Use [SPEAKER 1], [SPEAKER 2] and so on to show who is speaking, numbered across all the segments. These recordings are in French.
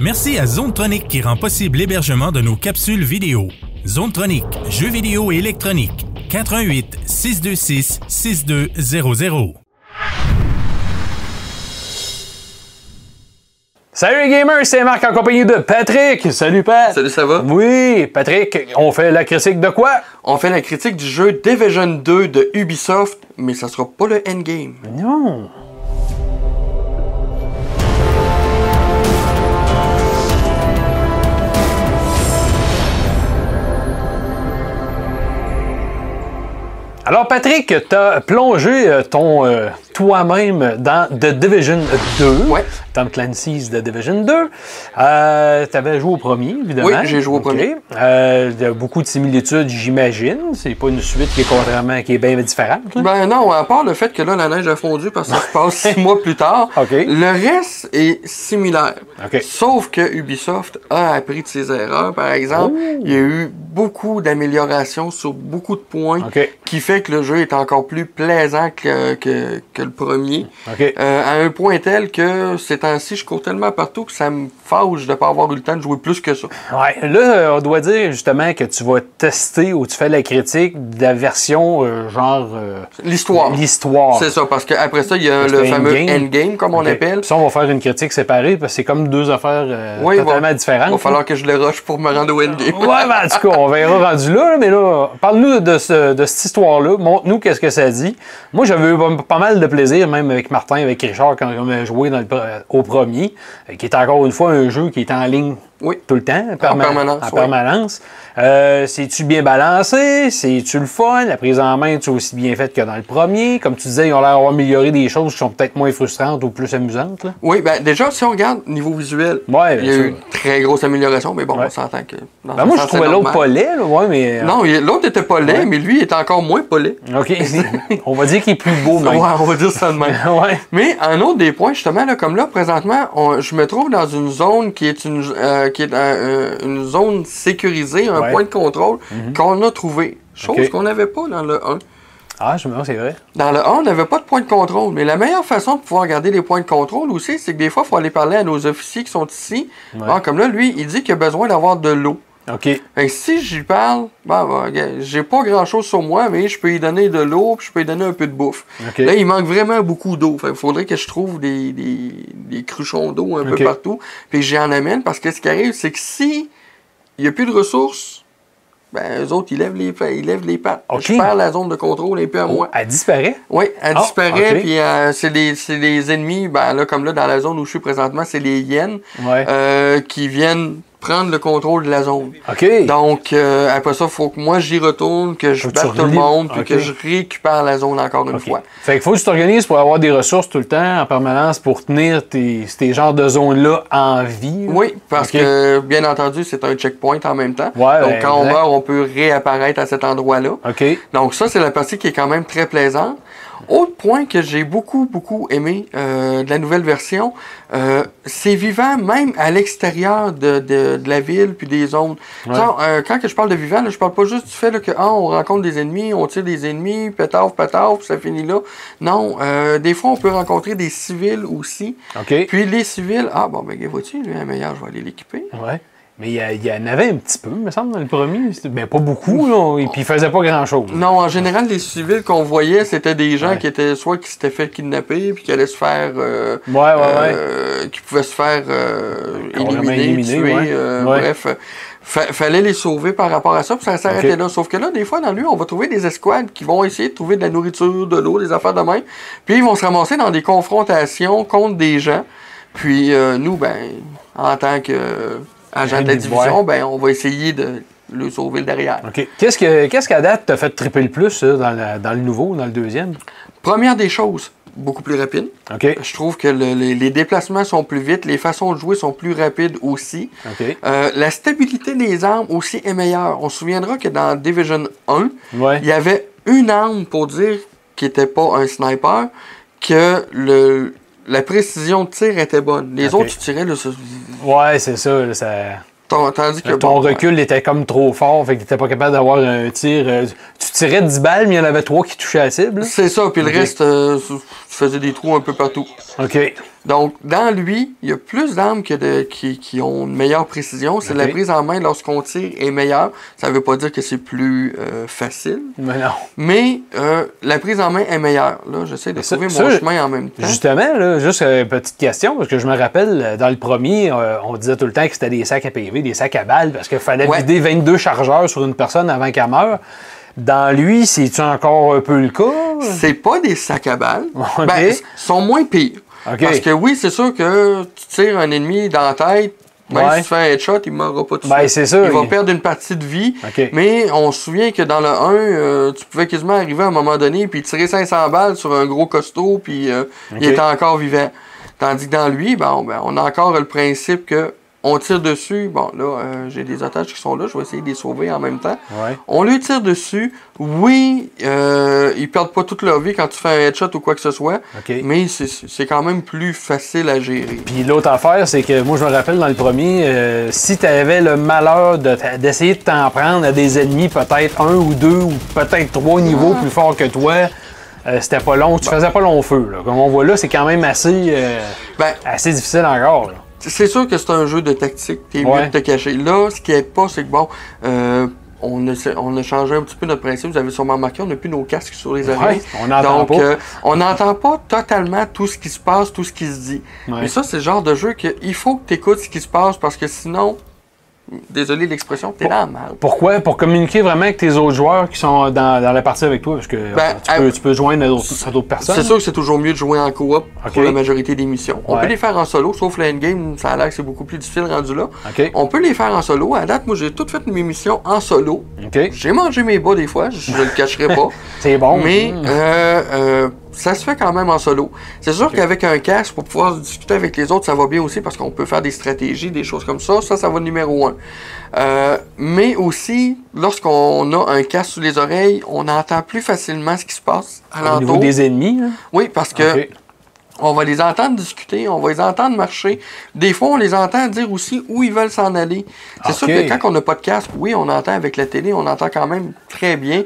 [SPEAKER 1] Merci à Zone Tronic qui rend possible l'hébergement de nos capsules vidéo. Zone Tronic, jeux vidéo et électronique. 88 626 6200.
[SPEAKER 2] Salut les gamers, c'est Marc en compagnie de Patrick. Salut Pat.
[SPEAKER 3] Salut, ça va?
[SPEAKER 2] Oui, Patrick, on fait la critique de quoi?
[SPEAKER 3] On fait la critique du jeu Division 2 de Ubisoft, mais ça sera pas le endgame.
[SPEAKER 2] Hein? Non. Alors Patrick, t'as plongé euh, ton euh, toi-même dans The Division 2.
[SPEAKER 3] Ouais.
[SPEAKER 2] Tom Clancy's The Division 2. Euh, t'avais joué au premier, évidemment.
[SPEAKER 3] Oui, j'ai joué au
[SPEAKER 2] OK.
[SPEAKER 3] premier.
[SPEAKER 2] Euh, Il y a beaucoup de similitudes, j'imagine. C'est pas une suite qui est contrairement, qui est bien différente. là.
[SPEAKER 3] Ben non, à part le fait que là, la neige a fondu parce que ça se passe six mois plus tard,
[SPEAKER 2] OK.
[SPEAKER 3] le reste est similaire.
[SPEAKER 2] OK.
[SPEAKER 3] Sauf que Ubisoft a appris de ses erreurs. Par exemple,
[SPEAKER 2] Oh.
[SPEAKER 3] il y a eu beaucoup d'améliorations sur beaucoup de points
[SPEAKER 2] OK.
[SPEAKER 3] qui fait que le jeu est encore plus plaisant que, que- que le premier.
[SPEAKER 2] OK.
[SPEAKER 3] Euh, à un point tel que ces temps-ci, je cours tellement partout que ça me fâche de ne pas avoir eu le temps de jouer plus que ça.
[SPEAKER 2] Ouais, là, euh, on doit dire justement que tu vas tester ou tu fais la critique de la version euh, genre euh,
[SPEAKER 3] L'histoire.
[SPEAKER 2] l'histoire.
[SPEAKER 3] C'est ça, parce qu'après ça, il y a
[SPEAKER 2] Parce
[SPEAKER 3] le
[SPEAKER 2] que
[SPEAKER 3] fameux
[SPEAKER 2] endgame-
[SPEAKER 3] endgame, comme on
[SPEAKER 2] OK.
[SPEAKER 3] appelle.
[SPEAKER 2] Ça, on va faire une critique séparée parce que c'est comme deux affaires euh,
[SPEAKER 3] Oui, il va-
[SPEAKER 2] totalement différentes.
[SPEAKER 3] Il va falloir que je le rush pour me rendre au endgame.
[SPEAKER 2] Ouais, ben, en tout cas, on verra rendu là, là, mais là, parle-nous de, ce- de cette histoire-là, montre-nous qu'est-ce que ça dit. Moi, j'avais eu pas- pas mal de plaisir, même avec Martin, avec Richard, quand on a joué dans le pre- au premier, euh, qui est encore une fois un jeu qui est en ligne
[SPEAKER 3] Oui.
[SPEAKER 2] tout le temps, perma-
[SPEAKER 3] permanence,
[SPEAKER 2] en
[SPEAKER 3] oui.
[SPEAKER 2] permanence. Euh, C'est-tu bien balancé? C'est-tu le fun? La prise en main, tu aussi bien faite que dans le premier? Comme tu disais, ils ont l'air d'avoir amélioré des choses qui sont peut-être moins frustrantes ou plus amusantes. Là.
[SPEAKER 3] Oui, ben déjà, si on regarde niveau visuel,
[SPEAKER 2] Ouais,
[SPEAKER 3] il y
[SPEAKER 2] bien
[SPEAKER 3] a eu
[SPEAKER 2] sûr.
[SPEAKER 3] très grosse amélioration, mais bon,
[SPEAKER 2] Ouais.
[SPEAKER 3] on s'entend que. dans
[SPEAKER 2] Ben,
[SPEAKER 3] un
[SPEAKER 2] moi, je
[SPEAKER 3] sens, c'est
[SPEAKER 2] trouvais l'autre
[SPEAKER 3] normal.
[SPEAKER 2] pas laid, là, ouais, mais... euh,
[SPEAKER 3] Non, il- l'autre était pas laid, mais lui, il était encore moins pas laid.
[SPEAKER 2] OK, on va dire qu'il est plus beau,
[SPEAKER 3] Ouais,
[SPEAKER 2] même.
[SPEAKER 3] on va dire ça de même.
[SPEAKER 2] ouais.
[SPEAKER 3] Mais un autre des points, justement, là, comme là, présentement, on- je me trouve dans une zone qui est une, euh, qui est euh, une zone sécurisée,
[SPEAKER 2] Ouais.
[SPEAKER 3] un
[SPEAKER 2] Mhm.
[SPEAKER 3] point de contrôle qu'on a trouvé. Chose
[SPEAKER 2] Ok.
[SPEAKER 3] qu'on n'avait pas dans le 1.
[SPEAKER 2] Ah, je me demande, c'est vrai.
[SPEAKER 3] Dans le 1, on n'avait pas de point de contrôle. Mais la meilleure façon de pouvoir garder les points de contrôle aussi, c'est que des fois, il faut aller parler à nos officiers qui sont ici.
[SPEAKER 2] Ouais.
[SPEAKER 3] Ah, comme là, lui, il dit qu'il a besoin d'avoir de l'eau.
[SPEAKER 2] OK.
[SPEAKER 3] Fait que si j'y parle, ben, ben, regarde, j'ai pas grand chose sur moi, mais je peux lui donner de l'eau, puis je peux lui donner un peu de bouffe.
[SPEAKER 2] OK.
[SPEAKER 3] Là, il manque vraiment beaucoup d'eau. Il faudrait que je trouve des, des, des cruchons d'eau un
[SPEAKER 2] Ok.
[SPEAKER 3] peu partout, puis que j'en amène, parce que ce qui arrive, c'est que si il n'y a plus de ressources, ben, eux autres, ils lèvent les, ils lèvent les pattes.
[SPEAKER 2] Ok. Oh,
[SPEAKER 3] Je perds la zone de contrôle un peu à moi.
[SPEAKER 2] Elle disparaît?
[SPEAKER 3] Oui, elle
[SPEAKER 2] Ah,
[SPEAKER 3] disparaît,
[SPEAKER 2] ok.
[SPEAKER 3] puis euh, c'est des, c'est des ennemis, ben là, comme là, dans la zone où je suis présentement, c'est les hyènes
[SPEAKER 2] Ouais.
[SPEAKER 3] euh, qui viennent prendre le contrôle de la zone.
[SPEAKER 2] OK.
[SPEAKER 3] Donc, euh, après ça, faut que moi j'y retourne, que je
[SPEAKER 2] Faut que
[SPEAKER 3] batte
[SPEAKER 2] tu
[SPEAKER 3] tout le
[SPEAKER 2] relis-
[SPEAKER 3] monde, puis
[SPEAKER 2] ok.
[SPEAKER 3] que je récupère la zone encore une
[SPEAKER 2] OK.
[SPEAKER 3] fois.
[SPEAKER 2] Fait qu'il faut que tu t'organises pour avoir des ressources tout le temps, en permanence, pour tenir tes, ces genres de zones-là en vie. là.
[SPEAKER 3] Oui, parce
[SPEAKER 2] Ok.
[SPEAKER 3] que, bien entendu, c'est un checkpoint en même temps.
[SPEAKER 2] Ouais,
[SPEAKER 3] Donc,
[SPEAKER 2] ben,
[SPEAKER 3] quand on
[SPEAKER 2] exact.
[SPEAKER 3] meurt, on peut réapparaître à cet endroit-là.
[SPEAKER 2] OK.
[SPEAKER 3] Donc, ça, c'est la partie qui est quand même très plaisante. Autre point que j'ai beaucoup, beaucoup aimé euh, de la nouvelle version, euh, c'est vivant même à l'extérieur de, de- de la ville puis des zones. Tu sais, euh, quand que je parle de vivant, là, je parle pas juste du fait là, que ah, on rencontre des ennemis, on tire des ennemis, pétard, pétard, puis ça finit là. Non, euh, des fois, on peut rencontrer des civils aussi.
[SPEAKER 2] OK.
[SPEAKER 3] Puis les civils, ah bon, ben, vois-tu, lui, un meilleur, je vais aller l'équiper.
[SPEAKER 2] Ouais. Mais il y, a- il y en avait un petit peu, me semble, dans le premier. C'était- Ben, pas beaucoup, là. Et puis, il faisait pas grand-chose.
[SPEAKER 3] Non, en général, les civils qu'on voyait, c'était des gens
[SPEAKER 2] Ouais.
[SPEAKER 3] qui étaient soit qui s'étaient fait kidnapper, puis qui allaient se faire. euh,
[SPEAKER 2] Ouais, ouais, ouais.
[SPEAKER 3] euh, qui pouvaient se faire euh,
[SPEAKER 2] Carrément
[SPEAKER 3] éliminer,
[SPEAKER 2] éliminer,
[SPEAKER 3] tuer,
[SPEAKER 2] ouais.
[SPEAKER 3] euh,
[SPEAKER 2] Ouais.
[SPEAKER 3] bref. Fa- fallait les sauver par rapport à ça, puis ça s'arrêtait
[SPEAKER 2] Ok.
[SPEAKER 3] là. Sauf que là, des fois, dans lui, on va trouver des escouades qui vont essayer de trouver de la nourriture, de l'eau, des affaires de main, puis ils vont se ramasser dans des confrontations contre des gens. Puis euh, nous, ben, en tant que euh, agent de la
[SPEAKER 2] Ouais.
[SPEAKER 3] division, ben, on va essayer de le sauver le derrière.
[SPEAKER 2] OK. Qu'est-ce que, qu'est-ce qu'à date t'a fait triper le plus, là, dans, la- dans le nouveau, dans le deuxième?
[SPEAKER 3] Première des choses, beaucoup plus rapide.
[SPEAKER 2] OK.
[SPEAKER 3] Je trouve que le- les, les déplacements sont plus vite, les façons de jouer sont plus rapides aussi.
[SPEAKER 2] OK.
[SPEAKER 3] Euh, la stabilité des armes aussi est meilleure. On se souviendra que dans Division 1,
[SPEAKER 2] Ouais.
[SPEAKER 3] il y avait une arme pour dire qui n'était pas un sniper, que le, la précision de tir était bonne. Les
[SPEAKER 2] Ok.
[SPEAKER 3] autres, tu tirais le.
[SPEAKER 2] Ouais, c'est ça, là, ça...
[SPEAKER 3] Tandis que.
[SPEAKER 2] Là, ton
[SPEAKER 3] bon,
[SPEAKER 2] recul était comme trop fort, fait que t'étais pas capable d'avoir un tir. euh, Tu tirais 10 balles, mais il y en avait 3 qui touchaient la cible.
[SPEAKER 3] C'est ça, puis le
[SPEAKER 2] Ok.
[SPEAKER 3] reste, euh, tu faisais des trous un peu partout.
[SPEAKER 2] OK.
[SPEAKER 3] Donc, dans lui, il y a plus d'armes que de, qui, qui ont une meilleure précision. C'est
[SPEAKER 2] Ok.
[SPEAKER 3] la prise en main lorsqu'on tire est meilleure. Ça ne veut pas dire que c'est plus euh, facile,
[SPEAKER 2] Mais non.
[SPEAKER 3] mais euh, la prise en main est meilleure. Là, j'essaie de
[SPEAKER 2] Ça-
[SPEAKER 3] trouver
[SPEAKER 2] ça,
[SPEAKER 3] mon
[SPEAKER 2] je-
[SPEAKER 3] chemin en même temps.
[SPEAKER 2] Justement, là, juste euh, petite question, parce que je me rappelle, euh, dans le premier, euh, on disait tout le temps que c'était des sacs à PV, des sacs à balles, parce qu'il fallait
[SPEAKER 3] Ouais.
[SPEAKER 2] vider 22 chargeurs sur une personne avant qu'elle meure. Dans lui, c'est-tu encore un peu le cas?
[SPEAKER 3] C'est pas des sacs à balles.
[SPEAKER 2] Ok.
[SPEAKER 3] Ben, ils sont moins pires.
[SPEAKER 2] Ok.
[SPEAKER 3] Parce que oui, c'est sûr que tu tires un ennemi dans la tête, même
[SPEAKER 2] Ouais.
[SPEAKER 3] si tu fais un headshot, il ne mourra pas tout de
[SPEAKER 2] Ben,
[SPEAKER 3] suite.
[SPEAKER 2] c'est ça,
[SPEAKER 3] Il va
[SPEAKER 2] il-
[SPEAKER 3] perdre une partie de vie.
[SPEAKER 2] Ok.
[SPEAKER 3] Mais on se souvient que dans le 1, euh, tu pouvais quasiment arriver à un moment donné puis tirer 500 balles sur un gros costaud, puis euh, il
[SPEAKER 2] Ok.
[SPEAKER 3] était encore vivant. Tandis que dans lui, ben, on- ben, on a encore le principe que on tire dessus. Bon, là, euh, j'ai des otages qui sont là, je vais essayer de les sauver en même temps.
[SPEAKER 2] Ouais.
[SPEAKER 3] On lui tire dessus. Oui, euh, ils perdent pas toute leur vie quand tu fais un headshot ou quoi que ce soit.
[SPEAKER 2] OK.
[SPEAKER 3] Mais c'est- c'est quand même plus facile à gérer.
[SPEAKER 2] Puis l'autre affaire, c'est que moi, je me rappelle dans le premier, euh, si tu avais le malheur de t- d'essayer de t'en prendre à des ennemis, peut-être un ou deux ou peut-être trois
[SPEAKER 3] Mm.
[SPEAKER 2] niveaux plus forts que toi, euh, c'était pas long,
[SPEAKER 3] Bah.
[SPEAKER 2] tu faisais pas long feu. là. Comme on voit là, c'est quand même assez, euh,
[SPEAKER 3] Ben,
[SPEAKER 2] assez difficile encore. là.
[SPEAKER 3] c'est sûr que c'est un jeu de tactique. T'es
[SPEAKER 2] Ouais.
[SPEAKER 3] mieux de te cacher. Là, ce qui est pas, c'est que bon, euh, on, a, on a changé un petit peu notre principe. Vous avez sûrement remarqué, on n'a plus nos casques sur les oreilles.
[SPEAKER 2] on n'entend
[SPEAKER 3] Donc,
[SPEAKER 2] pas.
[SPEAKER 3] euh, on n'entend pas totalement tout ce qui se passe, tout ce qui se dit.
[SPEAKER 2] Ouais.
[SPEAKER 3] Mais ça, c'est le genre de jeu qu'il faut que tu écoutes ce qui se passe parce que sinon, désolé l'expression, t'es là en merde.
[SPEAKER 2] Pourquoi? Pour communiquer vraiment avec tes autres joueurs qui sont dans, dans la partie avec toi, parce que euh, tu,
[SPEAKER 3] à-
[SPEAKER 2] peux, tu peux joindre à d'autres à d'autres
[SPEAKER 3] Ben, C'est
[SPEAKER 2] personnes.
[SPEAKER 3] sûr que c'est toujours mieux de jouer en coop
[SPEAKER 2] Ok.
[SPEAKER 3] pour la majorité des missions. On
[SPEAKER 2] Ouais.
[SPEAKER 3] peut les faire en solo, sauf le endgame, ça a l'air que c'est beaucoup plus difficile rendu là.
[SPEAKER 2] OK.
[SPEAKER 3] On peut les faire en solo. À date, moi, j'ai toutes fait mes missions en solo.
[SPEAKER 2] OK.
[SPEAKER 3] J'ai mangé mes bas des fois, je, je le cacherai pas.
[SPEAKER 2] C'est bon.
[SPEAKER 3] Mais
[SPEAKER 2] Mmh.
[SPEAKER 3] euh, euh, ça se fait quand même en solo. C'est sûr qu'avec un casque, pour pouvoir discuter avec les autres, ça va bien aussi parce qu'on peut faire des stratégies, des choses comme ça. Ça, ça va numéro un. Euh, mais aussi, lorsqu'on a un casque sous les oreilles, on entend plus facilement ce qui se passe
[SPEAKER 2] Au niveau
[SPEAKER 3] alentour.
[SPEAKER 2] des ennemis, là.
[SPEAKER 3] Oui, parce que
[SPEAKER 2] OK.
[SPEAKER 3] on va les entendre discuter, on va les entendre marcher. Des fois, on les entend dire aussi où ils veulent s'en aller. C'est sûr
[SPEAKER 2] Ok.
[SPEAKER 3] que quand on n'a pas de casque, oui, on entend avec la télé, on entend quand même très bien.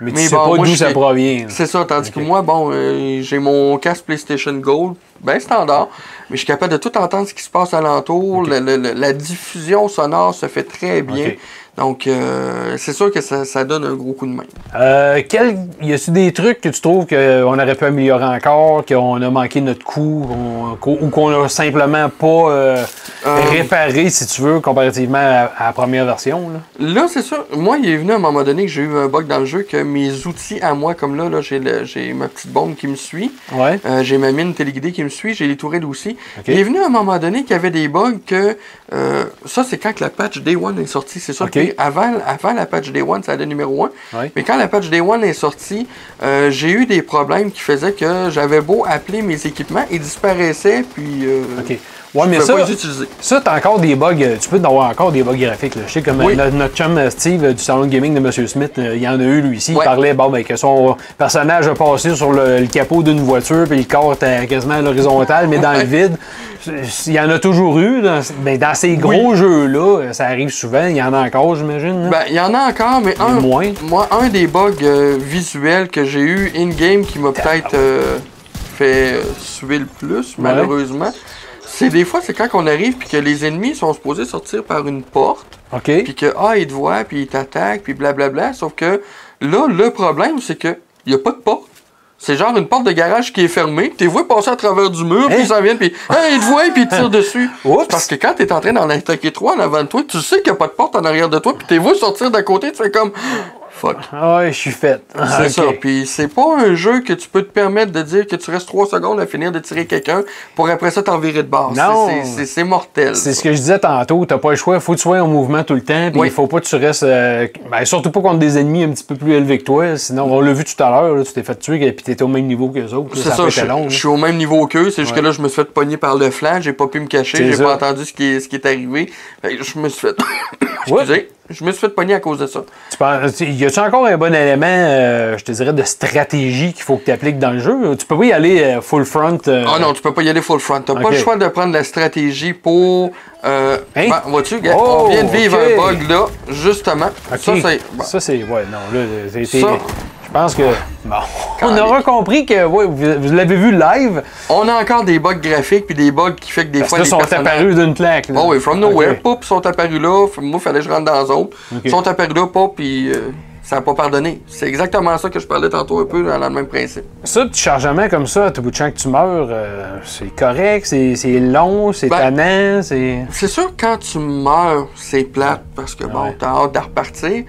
[SPEAKER 2] Mais tu
[SPEAKER 3] Mais
[SPEAKER 2] sais
[SPEAKER 3] bon,
[SPEAKER 2] pas
[SPEAKER 3] moi,
[SPEAKER 2] d'où
[SPEAKER 3] je
[SPEAKER 2] ça
[SPEAKER 3] sais-
[SPEAKER 2] provient. là.
[SPEAKER 3] C'est ça, tandis
[SPEAKER 2] Ok.
[SPEAKER 3] que moi, bon, euh, j'ai mon casque PlayStation Gold, ben standard, mais je suis capable de tout entendre ce qui se passe alentour. Le- le- le- la diffusion sonore se fait très bien.
[SPEAKER 2] Ok.
[SPEAKER 3] Donc, euh, c'est sûr que ça, ça donne un gros coup de main.
[SPEAKER 2] Euh, quel... Y a-tu des trucs que tu trouves qu'on aurait pu améliorer encore, qu'on a manqué notre coup, qu'on- qu'on- ou qu'on a simplement pas euh,
[SPEAKER 3] Euh.
[SPEAKER 2] réparé, si tu veux, comparativement à, à la première version? Là?
[SPEAKER 3] Là, c'est sûr. Moi, il est venu à un moment donné que j'ai eu un bug dans le jeu, que mes outils à moi, comme là, là j'ai le- j'ai ma petite bombe qui me suit,
[SPEAKER 2] Ouais.
[SPEAKER 3] euh, j'ai ma mine téléguidée qui me suit, j'ai les tourelles aussi.
[SPEAKER 2] Ok.
[SPEAKER 3] Il est venu à un moment donné qu'il y avait des bugs que... euh, ça, c'est quand que la patch Day 1 est sortie. C'est sûr
[SPEAKER 2] Ok.
[SPEAKER 3] que avant, avant la patch Day 1, ça allait numéro 1.
[SPEAKER 2] Ouais.
[SPEAKER 3] Mais quand la patch Day 1 est sortie, euh, j'ai eu des problèmes qui faisaient que j'avais beau appeler mes équipements, ils disparaissaient, puis... euh,
[SPEAKER 2] OK.
[SPEAKER 3] je
[SPEAKER 2] Ouais, mais
[SPEAKER 3] pouvais
[SPEAKER 2] ça,
[SPEAKER 3] pas les utiliser.
[SPEAKER 2] ça, t'as encore des bugs. euh, Tu peux en avoir encore des bugs graphiques. Là. Je sais que
[SPEAKER 3] Oui.
[SPEAKER 2] notre, notre chum euh, Steve euh, du salon de gaming de M. Smith, euh, il y en a eu lui ici. Il
[SPEAKER 3] Ouais.
[SPEAKER 2] parlait bon, ben, que son personnage a passé sur le, le capot d'une voiture, puis le corps était quasiment à l'horizontale, mais dans le
[SPEAKER 3] Ouais.
[SPEAKER 2] vide. Il y en a toujours eu. Dans, ben, dans ces gros jeux-là, euh, ça arrive souvent. Il y en a encore, j'imagine. hein? là.
[SPEAKER 3] Ben, il y en a encore, mais un,
[SPEAKER 2] moins.
[SPEAKER 3] moi, un des bugs euh, visuels que j'ai eu in-game qui m'a peut-être euh, fait euh, suer le plus, malheureusement, c'est des fois, c'est quand on arrive puis que les ennemis sont supposés sortir par une porte,
[SPEAKER 2] OK?
[SPEAKER 3] puis que, ah, ils te voient, puis ils t'attaquent, puis blablabla, sauf que là, le problème, c'est que y a pas de porte. C'est genre une porte de garage qui est fermée, puis t'es vois passer à travers du mur, puis
[SPEAKER 2] Hein?
[SPEAKER 3] ils s'en viennent, puis ah, ils te voient, puis ils te tirent dessus.
[SPEAKER 2] Oups.
[SPEAKER 3] C'est Parce que quand t'es en train d'en attaquer trois en avant de toi, tu sais qu'il n'y a pas de porte en arrière de toi, puis t'es vois sortir d'à côté, tu fais comme fuck.
[SPEAKER 2] Ah ouais, je suis faite.
[SPEAKER 3] C'est
[SPEAKER 2] Ah, OK.
[SPEAKER 3] ça. Puis c'est pas un jeu que tu peux te permettre de dire que tu restes trois secondes à finir de tirer quelqu'un pour après ça t'en virer de bord. C'est-
[SPEAKER 2] Non.
[SPEAKER 3] c'est- C'est c'est mortel.
[SPEAKER 2] C'est ce que je disais tantôt, t'as pas le choix, faut que tu sois en mouvement tout le temps, puis
[SPEAKER 3] Oui.
[SPEAKER 2] il faut pas que tu restes. euh, ben, surtout pas contre des ennemis un petit peu plus élevés que toi, sinon on l'a vu tout à l'heure, là, tu t'es fait tuer et puis t'étais au même niveau que les autres. là,
[SPEAKER 3] C'est
[SPEAKER 2] ça,
[SPEAKER 3] ça,
[SPEAKER 2] a
[SPEAKER 3] je,
[SPEAKER 2] été long. là.
[SPEAKER 3] je suis au même niveau qu'eux, c'est juste que là, je me suis fait pogner par le flanc, j'ai pas pu me
[SPEAKER 2] C'est
[SPEAKER 3] cacher, j'ai
[SPEAKER 2] ça.
[SPEAKER 3] pas entendu ce qui est, ce qui est arrivé. Fait que je me suis fait.
[SPEAKER 2] Ouais.
[SPEAKER 3] Excusez, je me suis fait pogner à cause de ça.
[SPEAKER 2] Tu penses- tu- y a-tu encore un bon élément, euh, je te dirais, de stratégie qu'il faut que tu appliques dans le jeu? Tu peux pas y aller euh, full front. euh,
[SPEAKER 3] Ah non, tu peux pas y aller full front. T'as
[SPEAKER 2] Ok.
[SPEAKER 3] pas le choix de prendre la stratégie pour. Euh,
[SPEAKER 2] Hein?
[SPEAKER 3] ben, vois-tu, gars,
[SPEAKER 2] Oh,
[SPEAKER 3] on vient de vivre
[SPEAKER 2] ok.
[SPEAKER 3] un bug là, justement.
[SPEAKER 2] ok.
[SPEAKER 3] Ça, c'est. ben,
[SPEAKER 2] Ça, c'est. Ouais, non, là, c'était.
[SPEAKER 3] Ça-
[SPEAKER 2] pense que. Bon.
[SPEAKER 3] Quand
[SPEAKER 2] on aura compris que ouais, vous, vous l'avez vu live.
[SPEAKER 3] On a encore des bugs graphiques puis des bugs qui fait que des
[SPEAKER 2] Parce que
[SPEAKER 3] fois
[SPEAKER 2] là,
[SPEAKER 3] les
[SPEAKER 2] sont
[SPEAKER 3] personnages-
[SPEAKER 2] apparus d'une claque. là.
[SPEAKER 3] Oh oui, from nowhere,
[SPEAKER 2] Ok.
[SPEAKER 3] poup, sont apparus là, f- moi fallait que je rentre dans la zone.
[SPEAKER 2] Ok.
[SPEAKER 3] Ils sont apparus là, poup, puis euh, ça n'a pas pardonné. C'est exactement ça que je parlais tantôt un peu dans le même principe.
[SPEAKER 2] Ça, petit chargement comme ça, à tout bout de champ que tu meurs, euh, c'est correct, c'est c'est long, c'est
[SPEAKER 3] Ben-
[SPEAKER 2] tannant, c'est.
[SPEAKER 3] C'est sûr, quand tu meurs, c'est plate parce que bon,
[SPEAKER 2] Ah Ouais.
[SPEAKER 3] t'as hâte de repartir.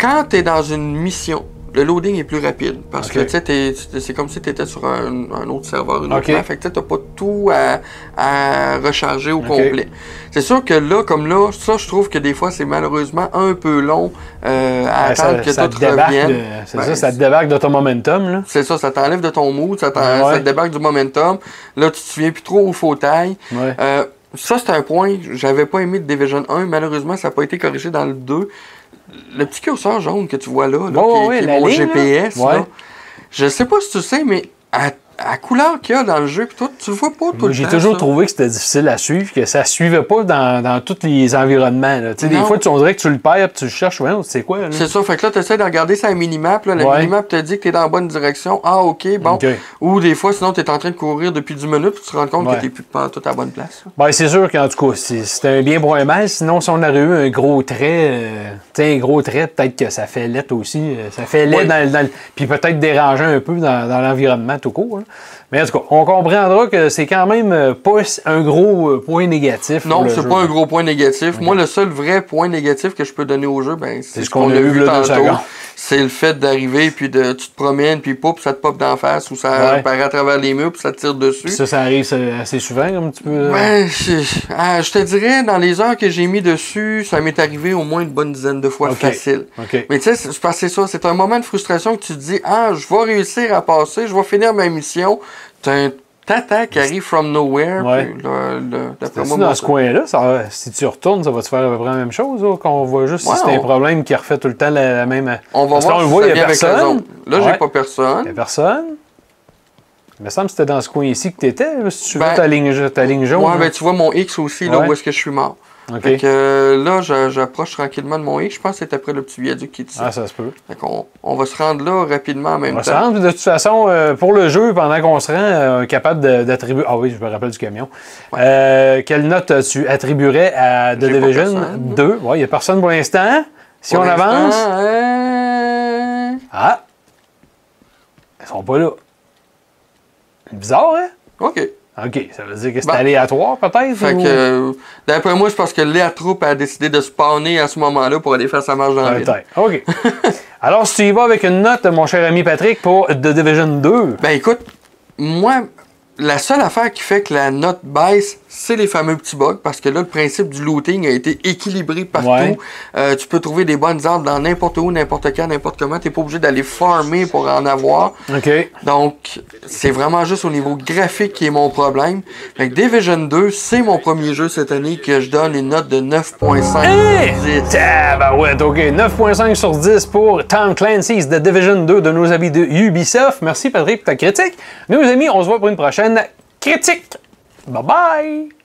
[SPEAKER 3] Quand t'es dans une mission, le loading est plus rapide parce que
[SPEAKER 2] Ok.
[SPEAKER 3] tu sais, t'es- t'es- c'est comme si t'étais sur un, un autre serveur, une
[SPEAKER 2] Ok.
[SPEAKER 3] autre map. Fait que tu sais, t'as pas tout à, à recharger au
[SPEAKER 2] Ok.
[SPEAKER 3] complet. C'est sûr que là, comme là, ça, je trouve que des fois, c'est malheureusement un peu long euh, à
[SPEAKER 2] Ben,
[SPEAKER 3] attendre que
[SPEAKER 2] ça
[SPEAKER 3] tout
[SPEAKER 2] te débarque
[SPEAKER 3] revienne.
[SPEAKER 2] de- C'est
[SPEAKER 3] Ben,
[SPEAKER 2] ça, ça te débarque de ton momentum, là.
[SPEAKER 3] c'est ça, ça t'enlève de ton mood, ça, t'en-
[SPEAKER 2] Ouais.
[SPEAKER 3] ça te débarque du momentum. Là, tu te souviens plus trop où faut taille.
[SPEAKER 2] Ouais.
[SPEAKER 3] Euh, ça, c'est un point que j'avais pas aimé de Division 1. Malheureusement, ça n'a pas été corrigé dans le 2. Le petit curseur jaune que tu vois là, là,
[SPEAKER 2] Ouais,
[SPEAKER 3] qui,
[SPEAKER 2] ouais,
[SPEAKER 3] qui
[SPEAKER 2] la
[SPEAKER 3] est mon
[SPEAKER 2] ligne, là.
[SPEAKER 3] GPS, là.
[SPEAKER 2] Ouais.
[SPEAKER 3] je sais pas si tu sais, mais à, à couleur qu'il y a dans le jeu, pis tout, tu le vois pas tout
[SPEAKER 2] Moi,
[SPEAKER 3] le
[SPEAKER 2] J'ai
[SPEAKER 3] temps,
[SPEAKER 2] toujours
[SPEAKER 3] ça.
[SPEAKER 2] trouvé que c'était difficile à suivre, que ça suivait pas dans, dans tous les environnements. Là. Tu sais, Des
[SPEAKER 3] Non.
[SPEAKER 2] fois, tu on dirait que tu le perds, puis tu le cherches, ouais, c'est quoi? Là?
[SPEAKER 3] C'est ça, fait que là, tu essaies de regarder sa minimap. Là. La
[SPEAKER 2] Ouais.
[SPEAKER 3] minimap te dit que tu es dans la bonne direction. Ah, ok, bon.
[SPEAKER 2] Ok.
[SPEAKER 3] Ou des fois, sinon, tu es en train de courir depuis 10 minutes, puis tu te rends compte
[SPEAKER 2] Ouais.
[SPEAKER 3] que tu n'es plus pas tout à la bonne place. là.
[SPEAKER 2] Ben, c'est sûr qu'en tout cas, c'est- c'était un bien pour un mal. Sinon, si on aurait eu un gros trait, euh, tu sais, un gros trait, peut-être que ça fait lettre aussi. euh, ça fait lettre
[SPEAKER 3] Oui.
[SPEAKER 2] dans, le- dans le- Puis peut-être déranger un peu dans, dans l'environnement tout court. là. Mais en tout cas, on comprendra que c'est quand même euh, pas un gros euh, point négatif. pour
[SPEAKER 3] Non,
[SPEAKER 2] le
[SPEAKER 3] c'est
[SPEAKER 2] jeu. ben.
[SPEAKER 3] pas un gros point négatif. Moi, le seul vrai point négatif que je peux donner au jeu, ben, c'est
[SPEAKER 2] ce qu'on a vu v'là deux secondes.
[SPEAKER 3] C'est le fait d'arriver, puis de, tu te promènes, puis pop, ça te pop d'en face, ou ça
[SPEAKER 2] Ouais.
[SPEAKER 3] apparaît à travers les murs, puis ça te tire dessus.
[SPEAKER 2] Puis Ça, ça arrive euh, assez souvent, comme tu peux. euh,
[SPEAKER 3] Ben, c'est- ah, je te dirais, dans les heures que j'ai mis dessus, ça m'est arrivé au moins une bonne dizaine de fois
[SPEAKER 2] Ok.
[SPEAKER 3] facile.
[SPEAKER 2] OK.
[SPEAKER 3] Mais tu sais, c'est c'est parce que c'est ça, c'est un moment de frustration que tu te dis, ah, je vais réussir à passer, je vais finir ma mission. T'as un tata qui arrive from nowhere,
[SPEAKER 2] Ouais.
[SPEAKER 3] puis là, là, d'après
[SPEAKER 2] Si
[SPEAKER 3] moi,
[SPEAKER 2] dans
[SPEAKER 3] moi,
[SPEAKER 2] ce coin-là, ça- si tu retournes, ça va te faire à peu près la même chose, là, qu'on voit juste
[SPEAKER 3] Ouais,
[SPEAKER 2] si c'est un
[SPEAKER 3] on-
[SPEAKER 2] problème qui refait tout le temps la, la même.
[SPEAKER 3] On va
[SPEAKER 2] Parce que là,
[SPEAKER 3] voir
[SPEAKER 2] on
[SPEAKER 3] si
[SPEAKER 2] le voit, il
[SPEAKER 3] ça
[SPEAKER 2] y a
[SPEAKER 3] vient avec
[SPEAKER 2] personne.
[SPEAKER 3] les autres. Là,
[SPEAKER 2] Ouais.
[SPEAKER 3] j'ai pas personne.
[SPEAKER 2] Il n'y a personne. Il me semble que c'était dans ce coin ici que tu étais, si tu veux,
[SPEAKER 3] Ben,
[SPEAKER 2] ta ligne, ja- ta ligne jaune.
[SPEAKER 3] Ouais,
[SPEAKER 2] là.
[SPEAKER 3] ben tu vois mon X aussi, là
[SPEAKER 2] hein. Ouais.
[SPEAKER 3] où est-ce que je suis mort.
[SPEAKER 2] OK.
[SPEAKER 3] Fait que euh, là, je- j'approche tranquillement de mon X. Je pense que c'est après le petit viaduc qui est ici.
[SPEAKER 2] Ah, ça se peut.
[SPEAKER 3] Fait qu'on on va se rendre là rapidement en même
[SPEAKER 2] On se
[SPEAKER 3] temps.
[SPEAKER 2] rend, de toute façon, euh, pour le jeu, pendant qu'on se rend, euh, capable de- d'attribuer. Ah oui, je me rappelle du camion. Euh, quelle note euh, tu attribuerais à The
[SPEAKER 3] J'ai pas
[SPEAKER 2] Division
[SPEAKER 3] personne.
[SPEAKER 2] 2 Ouais, il n'y a personne pour l'instant. Si
[SPEAKER 3] Pour
[SPEAKER 2] on
[SPEAKER 3] l'instant,
[SPEAKER 2] avance.
[SPEAKER 3] euh,
[SPEAKER 2] Ah Ils sont pas là. Bizarre, hein
[SPEAKER 3] OK.
[SPEAKER 2] OK, ça veut dire que c'est
[SPEAKER 3] Bon.
[SPEAKER 2] aléatoire, peut-être
[SPEAKER 3] Ben, Fait
[SPEAKER 2] ou-
[SPEAKER 3] que, euh, d'après moi, c'est parce que la troupe a décidé de spawner à ce moment-là pour aller faire sa marche dans la ville.
[SPEAKER 2] Peut-être. Ah, OK. Alors, si tu y vas avec une note, mon cher ami Patrick, pour The Division 2.
[SPEAKER 3] Ben écoute, moi, la seule affaire qui fait que la note baisse, c'est les fameux petits bugs, parce que là, le principe du looting a été équilibré partout.
[SPEAKER 2] Ouais.
[SPEAKER 3] Euh, tu peux trouver des bonnes armes dans n'importe où, n'importe quand, n'importe comment. T'es pas obligé d'aller farmer pour en avoir.
[SPEAKER 2] OK.
[SPEAKER 3] Donc, c'est vraiment juste au niveau graphique qui est mon problème. Fait que Division 2, c'est mon premier jeu cette année que je donne une note de 9.5 sur 10.
[SPEAKER 2] Tabarouette, OK. 9.5 sur 10 pour Tom Clancy's The Division 2 de nos amis de Ubisoft. Merci, Patrick, pour ta critique. Nos amis, on se voit pour une prochaine critique. Bye-bye!